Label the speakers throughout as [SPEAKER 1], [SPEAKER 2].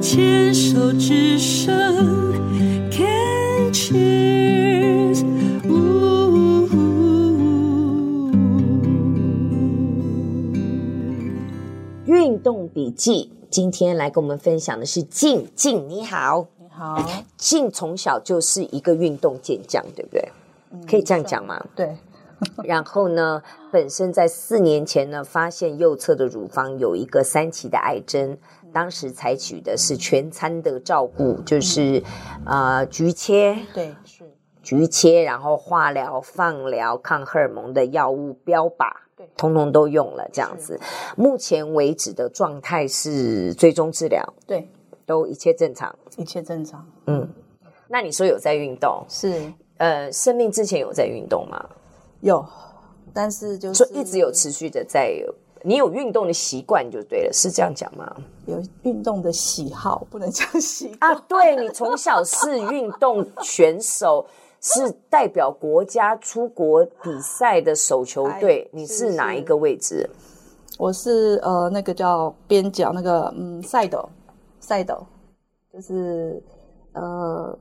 [SPEAKER 1] 牵手之声，Can cheers。
[SPEAKER 2] 嗯
[SPEAKER 3] 运动笔记，今天来跟我们分享的是静静，你好，
[SPEAKER 2] 你好，
[SPEAKER 3] 静从小就是一个运动健将，对不对？可以这样讲吗？
[SPEAKER 2] 对，
[SPEAKER 3] 然后呢，本身在四年前呢，发现右侧的乳房有一个三期的癌症，当时采取的是全餐的照顾，就是呃局切、
[SPEAKER 2] 对，是，
[SPEAKER 3] 局切，然后化疗、放疗、抗荷尔蒙的药物标靶
[SPEAKER 2] 对。
[SPEAKER 3] 通通都用了，这样子。目前为止的状态是最终治疗
[SPEAKER 2] 对，
[SPEAKER 3] 都一切正常。
[SPEAKER 2] 一切正常，
[SPEAKER 3] 嗯，那你说有在运动？
[SPEAKER 2] 是
[SPEAKER 3] 呃，生病之前有在运动吗？
[SPEAKER 2] 有，但是就
[SPEAKER 3] 就是一直有持续的在，你有运动的习惯就对了，是这样讲吗？
[SPEAKER 2] 有运动的喜好，不能叫喜好，
[SPEAKER 3] 啊，对你从小是运动选手，是代表国家出国比赛的手球队
[SPEAKER 2] 哎，
[SPEAKER 3] 你
[SPEAKER 2] 是
[SPEAKER 3] 是哪
[SPEAKER 2] 是
[SPEAKER 3] 一个位置？
[SPEAKER 2] 我是呃那个叫边角那个嗯赛斗，赛斗就是呃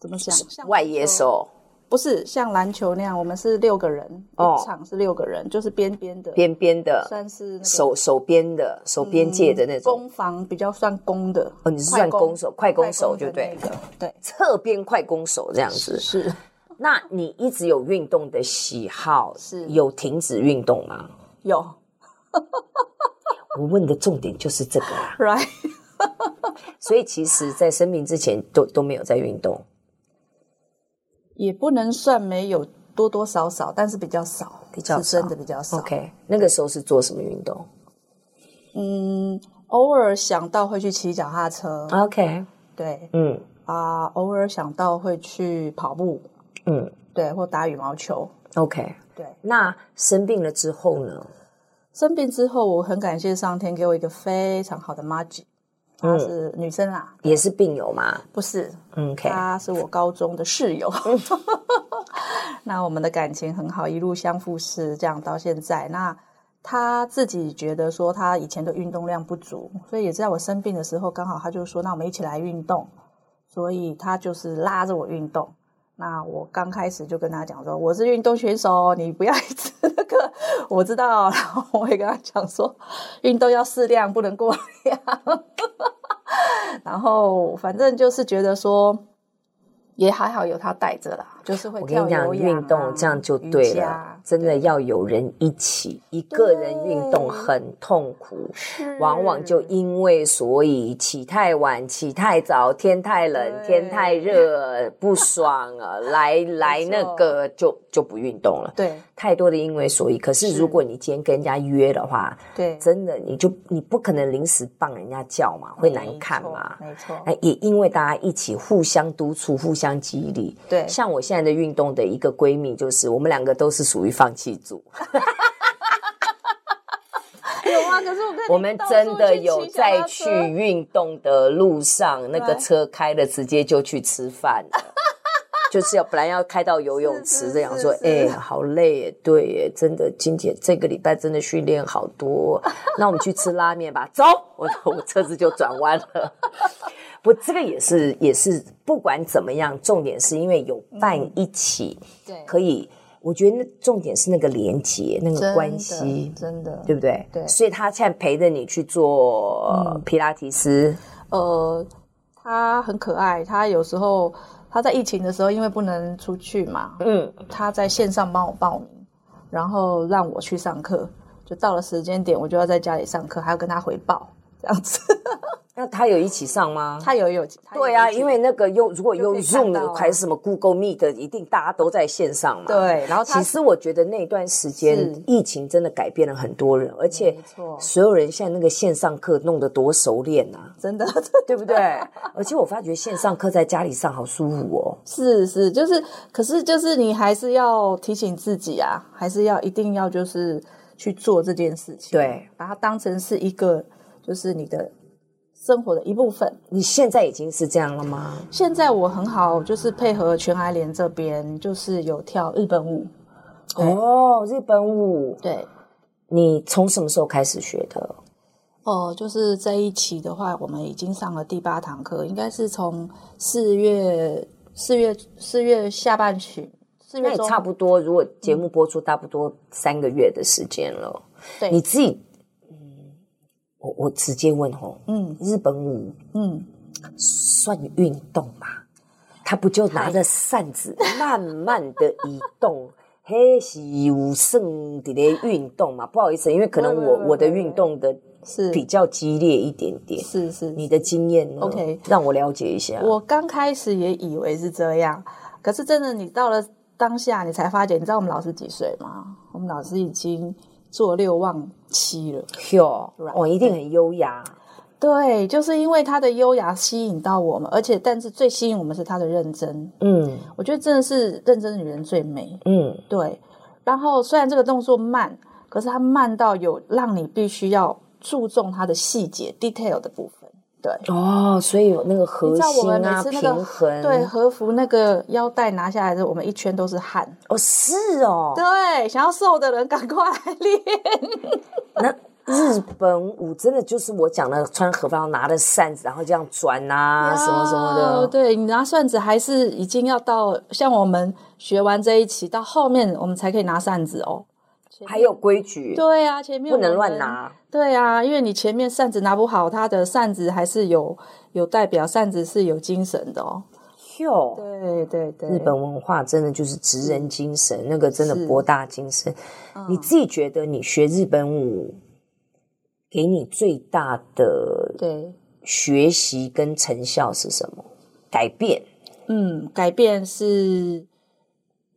[SPEAKER 2] 怎么讲，像
[SPEAKER 3] 外野
[SPEAKER 2] 篮球
[SPEAKER 3] 手、
[SPEAKER 2] 不是像篮球那样，我们是六个人，
[SPEAKER 3] 哦
[SPEAKER 2] 一场是六个人，就是边边的，
[SPEAKER 3] 边边的、
[SPEAKER 2] 算是那个
[SPEAKER 3] 手手边的、手边界的那种。
[SPEAKER 2] 攻防比较算攻的，
[SPEAKER 3] 哦你是算
[SPEAKER 2] 快
[SPEAKER 3] 攻手快攻手就
[SPEAKER 2] 的
[SPEAKER 3] 对
[SPEAKER 2] 那个对，
[SPEAKER 3] 侧边快攻手这样子，
[SPEAKER 2] 是。
[SPEAKER 3] 那你一直有运动的喜好，
[SPEAKER 2] 是
[SPEAKER 3] 有停止运动吗？
[SPEAKER 2] 有
[SPEAKER 3] 我问的重点就是这个啊，
[SPEAKER 2] ，right？
[SPEAKER 3] 所以其实，在生病之前都都没有在运动，
[SPEAKER 2] 也不能算没有，多多少少，但是比较少，
[SPEAKER 3] 比较少
[SPEAKER 2] 是真的比较少。
[SPEAKER 3] OK，那个时候是做什么运动
[SPEAKER 2] 嗯，偶尔想到会去骑脚踏车，
[SPEAKER 3] 啊？OK，
[SPEAKER 2] 对
[SPEAKER 3] 嗯
[SPEAKER 2] 啊、偶尔想到会去跑步，
[SPEAKER 3] 嗯
[SPEAKER 2] 对，或打羽毛球，
[SPEAKER 3] ，OK。
[SPEAKER 2] 对。
[SPEAKER 3] 那生病了之后呢？
[SPEAKER 2] 生病之后，我很感谢上天给我一个非常好的妈吉，她是女生啦，
[SPEAKER 3] 也是病友吗
[SPEAKER 2] 不是，
[SPEAKER 3] ？OK，
[SPEAKER 2] 她是我高中的室友。 那我们的感情很好，一路相互是这样到现在。那她自己觉得说她以前的运动量不足，所以也在我生病的时候，刚好她就说：“那我们一起来运动。”所以她就是拉着我运动。那我刚开始就跟她讲说：“我是运动选手，你不要一直那个，我知道。”然后我也跟她讲说：“运动要适量，不能过量。”然后反正就是觉得说，也还好有他带着啦，就是会
[SPEAKER 3] 我跟
[SPEAKER 2] 跳
[SPEAKER 3] 你讲，
[SPEAKER 2] 有氧啊、
[SPEAKER 3] 运动这样就对
[SPEAKER 2] 瑜
[SPEAKER 3] 了
[SPEAKER 2] 伽，
[SPEAKER 3] 真的要有人一起，一个人运动很痛苦。
[SPEAKER 2] 是
[SPEAKER 3] 往往就因为所以起太晚、起太早、天太冷、
[SPEAKER 2] 对
[SPEAKER 3] 天太热，不爽啊， 来来那个就就不运动了。
[SPEAKER 2] 对
[SPEAKER 3] 太多的因为所以，可是
[SPEAKER 2] 是
[SPEAKER 3] 如果你今天跟人家约的话，
[SPEAKER 2] 对，
[SPEAKER 3] 真的你就你不可能临时帮人家叫嘛，会难
[SPEAKER 2] 没
[SPEAKER 3] 看
[SPEAKER 2] 错
[SPEAKER 3] 嘛。
[SPEAKER 2] 没错，
[SPEAKER 3] 哎，也因为大家一起互相督促、互相激励。
[SPEAKER 2] 对
[SPEAKER 3] 像我现在的运动的一个闺蜜，就是我们两个都是属于放弃组，
[SPEAKER 2] 有啊。可是我跟你
[SPEAKER 3] 我们
[SPEAKER 2] 到处
[SPEAKER 3] 真的
[SPEAKER 2] 去
[SPEAKER 3] 有
[SPEAKER 2] 骑脚
[SPEAKER 3] 在
[SPEAKER 2] 踏
[SPEAKER 3] 去
[SPEAKER 2] 车
[SPEAKER 3] 运动的路上，那个
[SPEAKER 2] 对
[SPEAKER 3] 车开了直接就去吃饭了。 就是要本来要开到游泳池，
[SPEAKER 2] 是
[SPEAKER 3] 这样说，
[SPEAKER 2] 是是
[SPEAKER 3] 哎、好累耶，对耶，真的，今天这个礼拜真的训练好 多，那我们去吃拉面吧，走，我我车子就转弯了。不，这个也是也是，不管怎么样，重点是因为有伴
[SPEAKER 2] 嗯
[SPEAKER 3] 一起，
[SPEAKER 2] 对
[SPEAKER 3] 可以，我觉得那重点是那个连接，那
[SPEAKER 2] 真
[SPEAKER 3] 个
[SPEAKER 2] 的
[SPEAKER 3] 关系，
[SPEAKER 2] 真的
[SPEAKER 3] 对不对？
[SPEAKER 2] 对嗯
[SPEAKER 3] 所以他现在陪着你去做皮拉提斯，
[SPEAKER 2] 呃，他很可爱，他有时候他在疫情的时候，因为不能出去嘛，
[SPEAKER 3] 嗯，
[SPEAKER 2] 他在线上帮我报名，然后让我去上课。就到了时间点，我就要在家里上课，还要跟他回报这样子。
[SPEAKER 3] 那他有一起上吗？
[SPEAKER 2] 他有有他有
[SPEAKER 3] 对啊，
[SPEAKER 2] 一起
[SPEAKER 3] 因为那个用如果用
[SPEAKER 2] 就可以看
[SPEAKER 3] Zoom
[SPEAKER 2] 到啊
[SPEAKER 3] 的还是什么 Google Meet，一定大家都在线上嘛。。
[SPEAKER 2] 对，然后
[SPEAKER 3] 其
[SPEAKER 2] 他
[SPEAKER 3] 实我觉得那段时间
[SPEAKER 2] 是
[SPEAKER 3] 疫情真的改变了很多人，而且
[SPEAKER 2] 没错
[SPEAKER 3] 所有人现在那个线上课弄得多熟练 啊，
[SPEAKER 2] 真的
[SPEAKER 3] 对不对？ 而且我发觉线上课在家里上好舒服哦。
[SPEAKER 2] 是是，就是，可是就是你还是要提醒自己啊，还是要一定要就是去做这件事情，
[SPEAKER 3] 对，
[SPEAKER 2] 把它当成是一个就是你的生活的一部分。
[SPEAKER 3] 你现在已经是这样了吗？
[SPEAKER 2] 现在我很好，就是配合全爱联这边，就是有跳日本舞，对
[SPEAKER 3] 哦，日本舞，
[SPEAKER 2] 对，
[SPEAKER 3] 你从什么时候开始学的？
[SPEAKER 2] 哦、就是这一期的话，我们已经上了第八堂课，应该是从四月四月四月下半旬，四
[SPEAKER 3] 那
[SPEAKER 2] 月
[SPEAKER 3] 也
[SPEAKER 2] 中
[SPEAKER 3] 差不多，如果节目播出，差不多三个月的时间了。
[SPEAKER 2] 对
[SPEAKER 3] 你自己，嗯，我我直接问哦，
[SPEAKER 2] 嗯
[SPEAKER 3] 日本舞
[SPEAKER 2] 嗯，
[SPEAKER 3] 算运动吗？他不就拿着扇子慢慢的移动， 嘿，是有剩的咧运动嘛？不好意思，因为可能
[SPEAKER 2] 不会
[SPEAKER 3] 我
[SPEAKER 2] 不会
[SPEAKER 3] 我的
[SPEAKER 2] 不会
[SPEAKER 3] 运动的
[SPEAKER 2] 是
[SPEAKER 3] 比较激烈一点点。
[SPEAKER 2] 是是，
[SPEAKER 3] 你的经验呢
[SPEAKER 2] OK
[SPEAKER 3] 让我了解一下。
[SPEAKER 2] 我刚开始也以为是这样，可是真的，你到了当下，你才发觉，你知道我们老师几岁吗？我们老师已经做六忘七了。
[SPEAKER 3] 哟，
[SPEAKER 2] Right
[SPEAKER 3] 哦我一定很优雅。
[SPEAKER 2] 对，就是因为他的优雅吸引到我们，而且但是最吸引我们是他的认真。
[SPEAKER 3] 嗯
[SPEAKER 2] 我觉得真的是认真的女人最美。
[SPEAKER 3] 嗯，
[SPEAKER 2] 对，然后虽然这个动作慢，可是它慢到有让你必须要注重它的细节 detail 的部分。对，
[SPEAKER 3] 哦，所以有那个
[SPEAKER 2] 你
[SPEAKER 3] 核
[SPEAKER 2] 知道我
[SPEAKER 3] 心
[SPEAKER 2] 们每
[SPEAKER 3] 啊，
[SPEAKER 2] 次那
[SPEAKER 3] 平
[SPEAKER 2] 个
[SPEAKER 3] 衡，
[SPEAKER 2] 对，和服那个腰带拿下来之后，我们一圈都是汗。
[SPEAKER 3] 哦，是哦。
[SPEAKER 2] 对，想要瘦的人赶快来练。
[SPEAKER 3] 那日本舞真的就是我讲的，穿和服然后拿着扇子，然后这样转啊，什么什么
[SPEAKER 2] 哦
[SPEAKER 3] 的。
[SPEAKER 2] 对你拿扇子还是已经要到像我们学完这一期到后面，我们才可以拿扇子哦。
[SPEAKER 3] 还有规矩，
[SPEAKER 2] 对啊，前面
[SPEAKER 3] 不能
[SPEAKER 2] 我们
[SPEAKER 3] 乱。拿。
[SPEAKER 2] 对啊，因为你前面扇子拿不好，它的扇子还是有有代表，扇子是有精神的哦。
[SPEAKER 3] 哟，
[SPEAKER 2] 对对对，
[SPEAKER 3] 日本文化真的就是职人精神，那个真的
[SPEAKER 2] 是嗯
[SPEAKER 3] 博大精深。你自己觉得你学日本舞，给你最大的
[SPEAKER 2] 对，
[SPEAKER 3] 学习跟成效是什么？改变
[SPEAKER 2] 嗯，改变是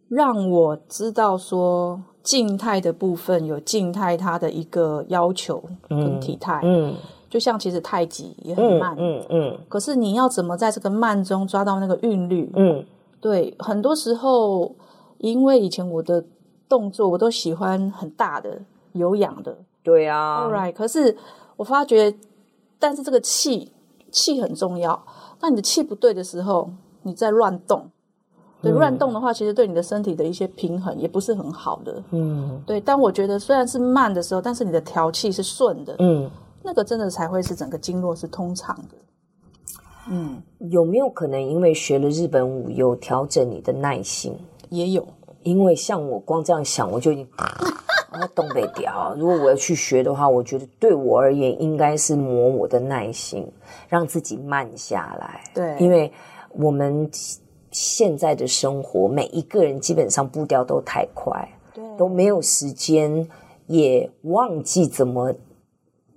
[SPEAKER 2] 让我知道说静态的部分有静态它的一个要求跟体态，
[SPEAKER 3] 嗯
[SPEAKER 2] 就像其实太极也很
[SPEAKER 3] 嗯
[SPEAKER 2] 慢，
[SPEAKER 3] 嗯嗯
[SPEAKER 2] 可是你要怎么在这个慢中抓到那个韵律？
[SPEAKER 3] 嗯
[SPEAKER 2] 对，很多时候因为以前我的动作我都喜欢很大的、有氧的
[SPEAKER 3] 对啊
[SPEAKER 2] ，all right，可是我发觉，但是这个气气很重要。当你的气不对的时候，你在乱动。
[SPEAKER 3] 嗯
[SPEAKER 2] 对，乱动的话，其实对你的身体的一些平衡也不是很好的。
[SPEAKER 3] 嗯
[SPEAKER 2] 对，但我觉得虽然是慢的时候，但是你的调气是顺的，
[SPEAKER 3] 嗯，
[SPEAKER 2] 那个真的才会是整个经络是通畅的。嗯，
[SPEAKER 3] 有没有可能因为学了日本舞，有调整你的耐心？
[SPEAKER 2] 也有，
[SPEAKER 3] 因为像我光这样想，我就已经 啊东北调。如果我要去学的话，我觉得对我而言应该是磨我的耐心，让自己慢下来。
[SPEAKER 2] 对
[SPEAKER 3] 因为我们现在的生活，每一个人基本上步调都太快，
[SPEAKER 2] 对，
[SPEAKER 3] 都没有时间，也忘记怎么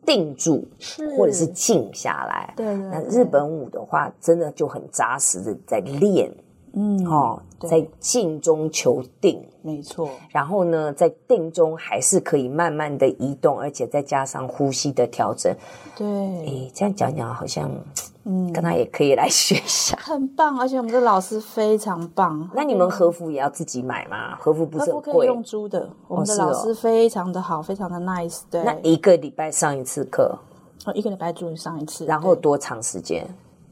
[SPEAKER 3] 定住，
[SPEAKER 2] 是
[SPEAKER 3] 或者是静下来。
[SPEAKER 2] 嗯对对
[SPEAKER 3] 那
[SPEAKER 2] 对
[SPEAKER 3] 日本舞的话，真的就很扎实的在练
[SPEAKER 2] 嗯，
[SPEAKER 3] 哦，
[SPEAKER 2] 对
[SPEAKER 3] 在静中求定，
[SPEAKER 2] 没错，
[SPEAKER 3] 然后呢，在定中还是可以慢慢的移动，而且再加上呼吸的调整。
[SPEAKER 2] 对，
[SPEAKER 3] 诶，这样讲讲好像
[SPEAKER 2] 嗯，
[SPEAKER 3] 跟他也可以来学一 下。
[SPEAKER 2] 很棒，而且我们的老师非常棒。
[SPEAKER 3] 那你们和服也要自己买吗？和服不
[SPEAKER 2] 可
[SPEAKER 3] 是
[SPEAKER 2] 不
[SPEAKER 3] 很
[SPEAKER 2] 可以
[SPEAKER 3] 贵？
[SPEAKER 2] 用租的？我们的
[SPEAKER 3] 是哦
[SPEAKER 2] 老师非常的好，非常的 nice，对，
[SPEAKER 3] 那一个礼拜上一次课，
[SPEAKER 2] 哦一个礼拜租上一次，
[SPEAKER 3] 然后
[SPEAKER 2] 对
[SPEAKER 3] 多长时间？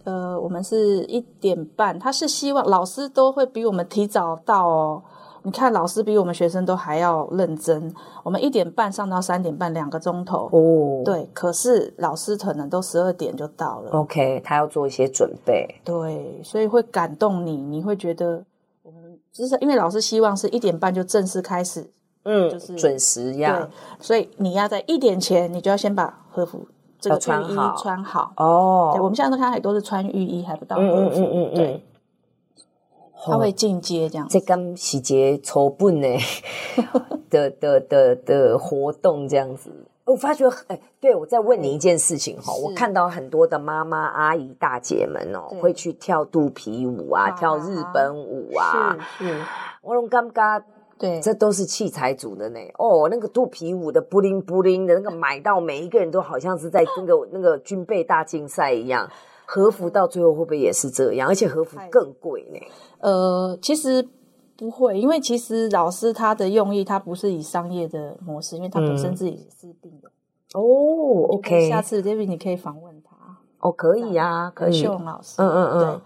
[SPEAKER 2] 呃，我们是一点半，他是希望老师都会比我们提早到哦。你看，老师比我们学生都还要认真。我们一点半上到三点半，两个钟头。
[SPEAKER 3] 哦，
[SPEAKER 2] 对，可是老师可能都十二点就到了。
[SPEAKER 3] ，OK，他要做一些准备。
[SPEAKER 2] 对，所以会感动你，你会觉得我们就是因为老师希望是一点半就正式开始，
[SPEAKER 3] 嗯，
[SPEAKER 2] 就是
[SPEAKER 3] 准时呀
[SPEAKER 2] 对。，所以你要在一点前，你就要先把和服这个
[SPEAKER 3] 要呃穿
[SPEAKER 2] 浴衣
[SPEAKER 3] 好
[SPEAKER 2] 穿好。对，我
[SPEAKER 3] 哦，
[SPEAKER 2] 们现在都看到很多是穿浴衣还不到和
[SPEAKER 3] 嗯嗯
[SPEAKER 2] 服，
[SPEAKER 3] 嗯嗯嗯
[SPEAKER 2] 对。他会进阶这样。
[SPEAKER 3] 这刚是一个筹本 的的的的的活动这样子。我发觉，哎，对我再问你一件事情哈，
[SPEAKER 2] 是
[SPEAKER 3] 我看到很多的妈妈、阿姨、大姐们哦，
[SPEAKER 2] 对
[SPEAKER 3] 会去跳肚皮舞啊，
[SPEAKER 2] 啊
[SPEAKER 3] 跳日本舞啊，
[SPEAKER 2] 是是，
[SPEAKER 3] 我拢感觉
[SPEAKER 2] 对，
[SPEAKER 3] 这都是器材组的呢。哦，那个肚皮舞的布灵布灵的那个，买到每一个人都好像是在那
[SPEAKER 2] 啊
[SPEAKER 3] 个那个军备大竞赛一样。和服到最后会不会也是这样？而且和服更贵呢。
[SPEAKER 2] 呃，其实不会，因为其实老师他的用意，他不是以商业的模式，因为他本身自己是病友。
[SPEAKER 3] 哦
[SPEAKER 2] 我觉得
[SPEAKER 3] 嗯，OK，
[SPEAKER 2] 下次 David 你可以访问他，
[SPEAKER 3] 哦，可以啊，可以
[SPEAKER 2] 秀。荣老师，
[SPEAKER 3] 嗯嗯嗯
[SPEAKER 2] 对。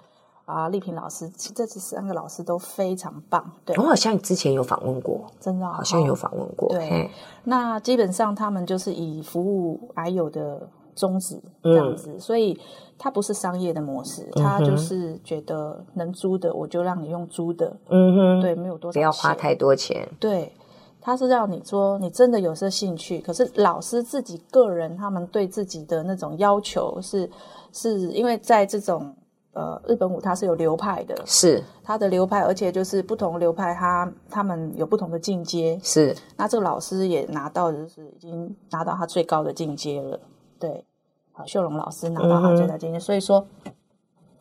[SPEAKER 2] 啊，丽萍老师，其实这次三个老师都非常棒，对，
[SPEAKER 3] 我好像之前有访问过，
[SPEAKER 2] 真的哦、
[SPEAKER 3] 好像有访问过。
[SPEAKER 2] 对
[SPEAKER 3] 嘿
[SPEAKER 2] 那基本上他们就是以服务癌友的宗旨这样子，所以它不是商业的模式，它就是觉得能租的我就让你用租的，
[SPEAKER 3] 嗯哼，
[SPEAKER 2] 对，没有多少
[SPEAKER 3] 不要花
[SPEAKER 2] 钱
[SPEAKER 3] 太多钱，
[SPEAKER 2] 对，他是让你说你真的有这兴趣，可是老师自己个人他们对自己的那种要求是，是因为在这种呃日本舞它是有流派的，
[SPEAKER 3] 是
[SPEAKER 2] 它的流派，而且就是不同流派它他们有不同的进阶，
[SPEAKER 3] 是，
[SPEAKER 2] 那这个老师也拿到的就是已经拿到他最高的境界了，对，好，秀荣老师拿到他最高境界，所以说，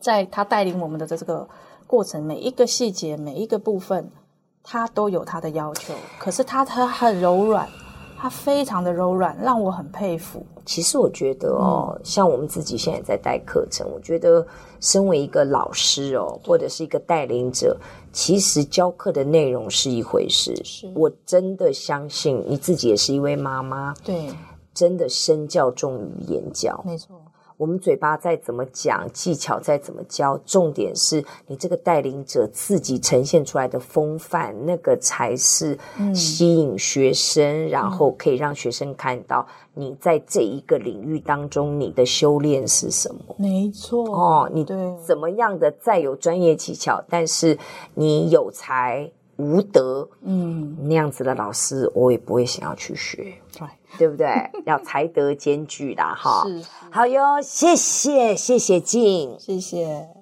[SPEAKER 2] 在他带领我们的这个过程，每一个细节，每一个部分，他都有他的要求，可是他他很柔软，他非常的柔软，让我很佩服。
[SPEAKER 3] 其实我觉得哦，像我们自己现在在带课程，我觉得身为一个老师哦，或者是一个带领者，其实教课的内容是一回事。
[SPEAKER 2] 是
[SPEAKER 3] 我真的相信你自己也是一位妈妈，
[SPEAKER 2] 对，
[SPEAKER 3] 真的身教重于言教。
[SPEAKER 2] 没错，
[SPEAKER 3] 我们嘴巴再怎么讲，技巧再怎么教，重点是你这个带领者自己呈现出来的风范，那个才是吸引学生，然后可以让学生看到你在这一个领域当中你的修炼是什么。
[SPEAKER 2] 没错。
[SPEAKER 3] 哦，你
[SPEAKER 2] 对
[SPEAKER 3] 怎么样的再有专业技巧，但是你有才无德，
[SPEAKER 2] 嗯，
[SPEAKER 3] 那样子的老师我也不会想要去学，
[SPEAKER 2] 对，
[SPEAKER 3] 对不对？要才德兼具啦，哈。
[SPEAKER 2] 是，是
[SPEAKER 3] 好哟，谢谢谢谢静。
[SPEAKER 2] 谢谢。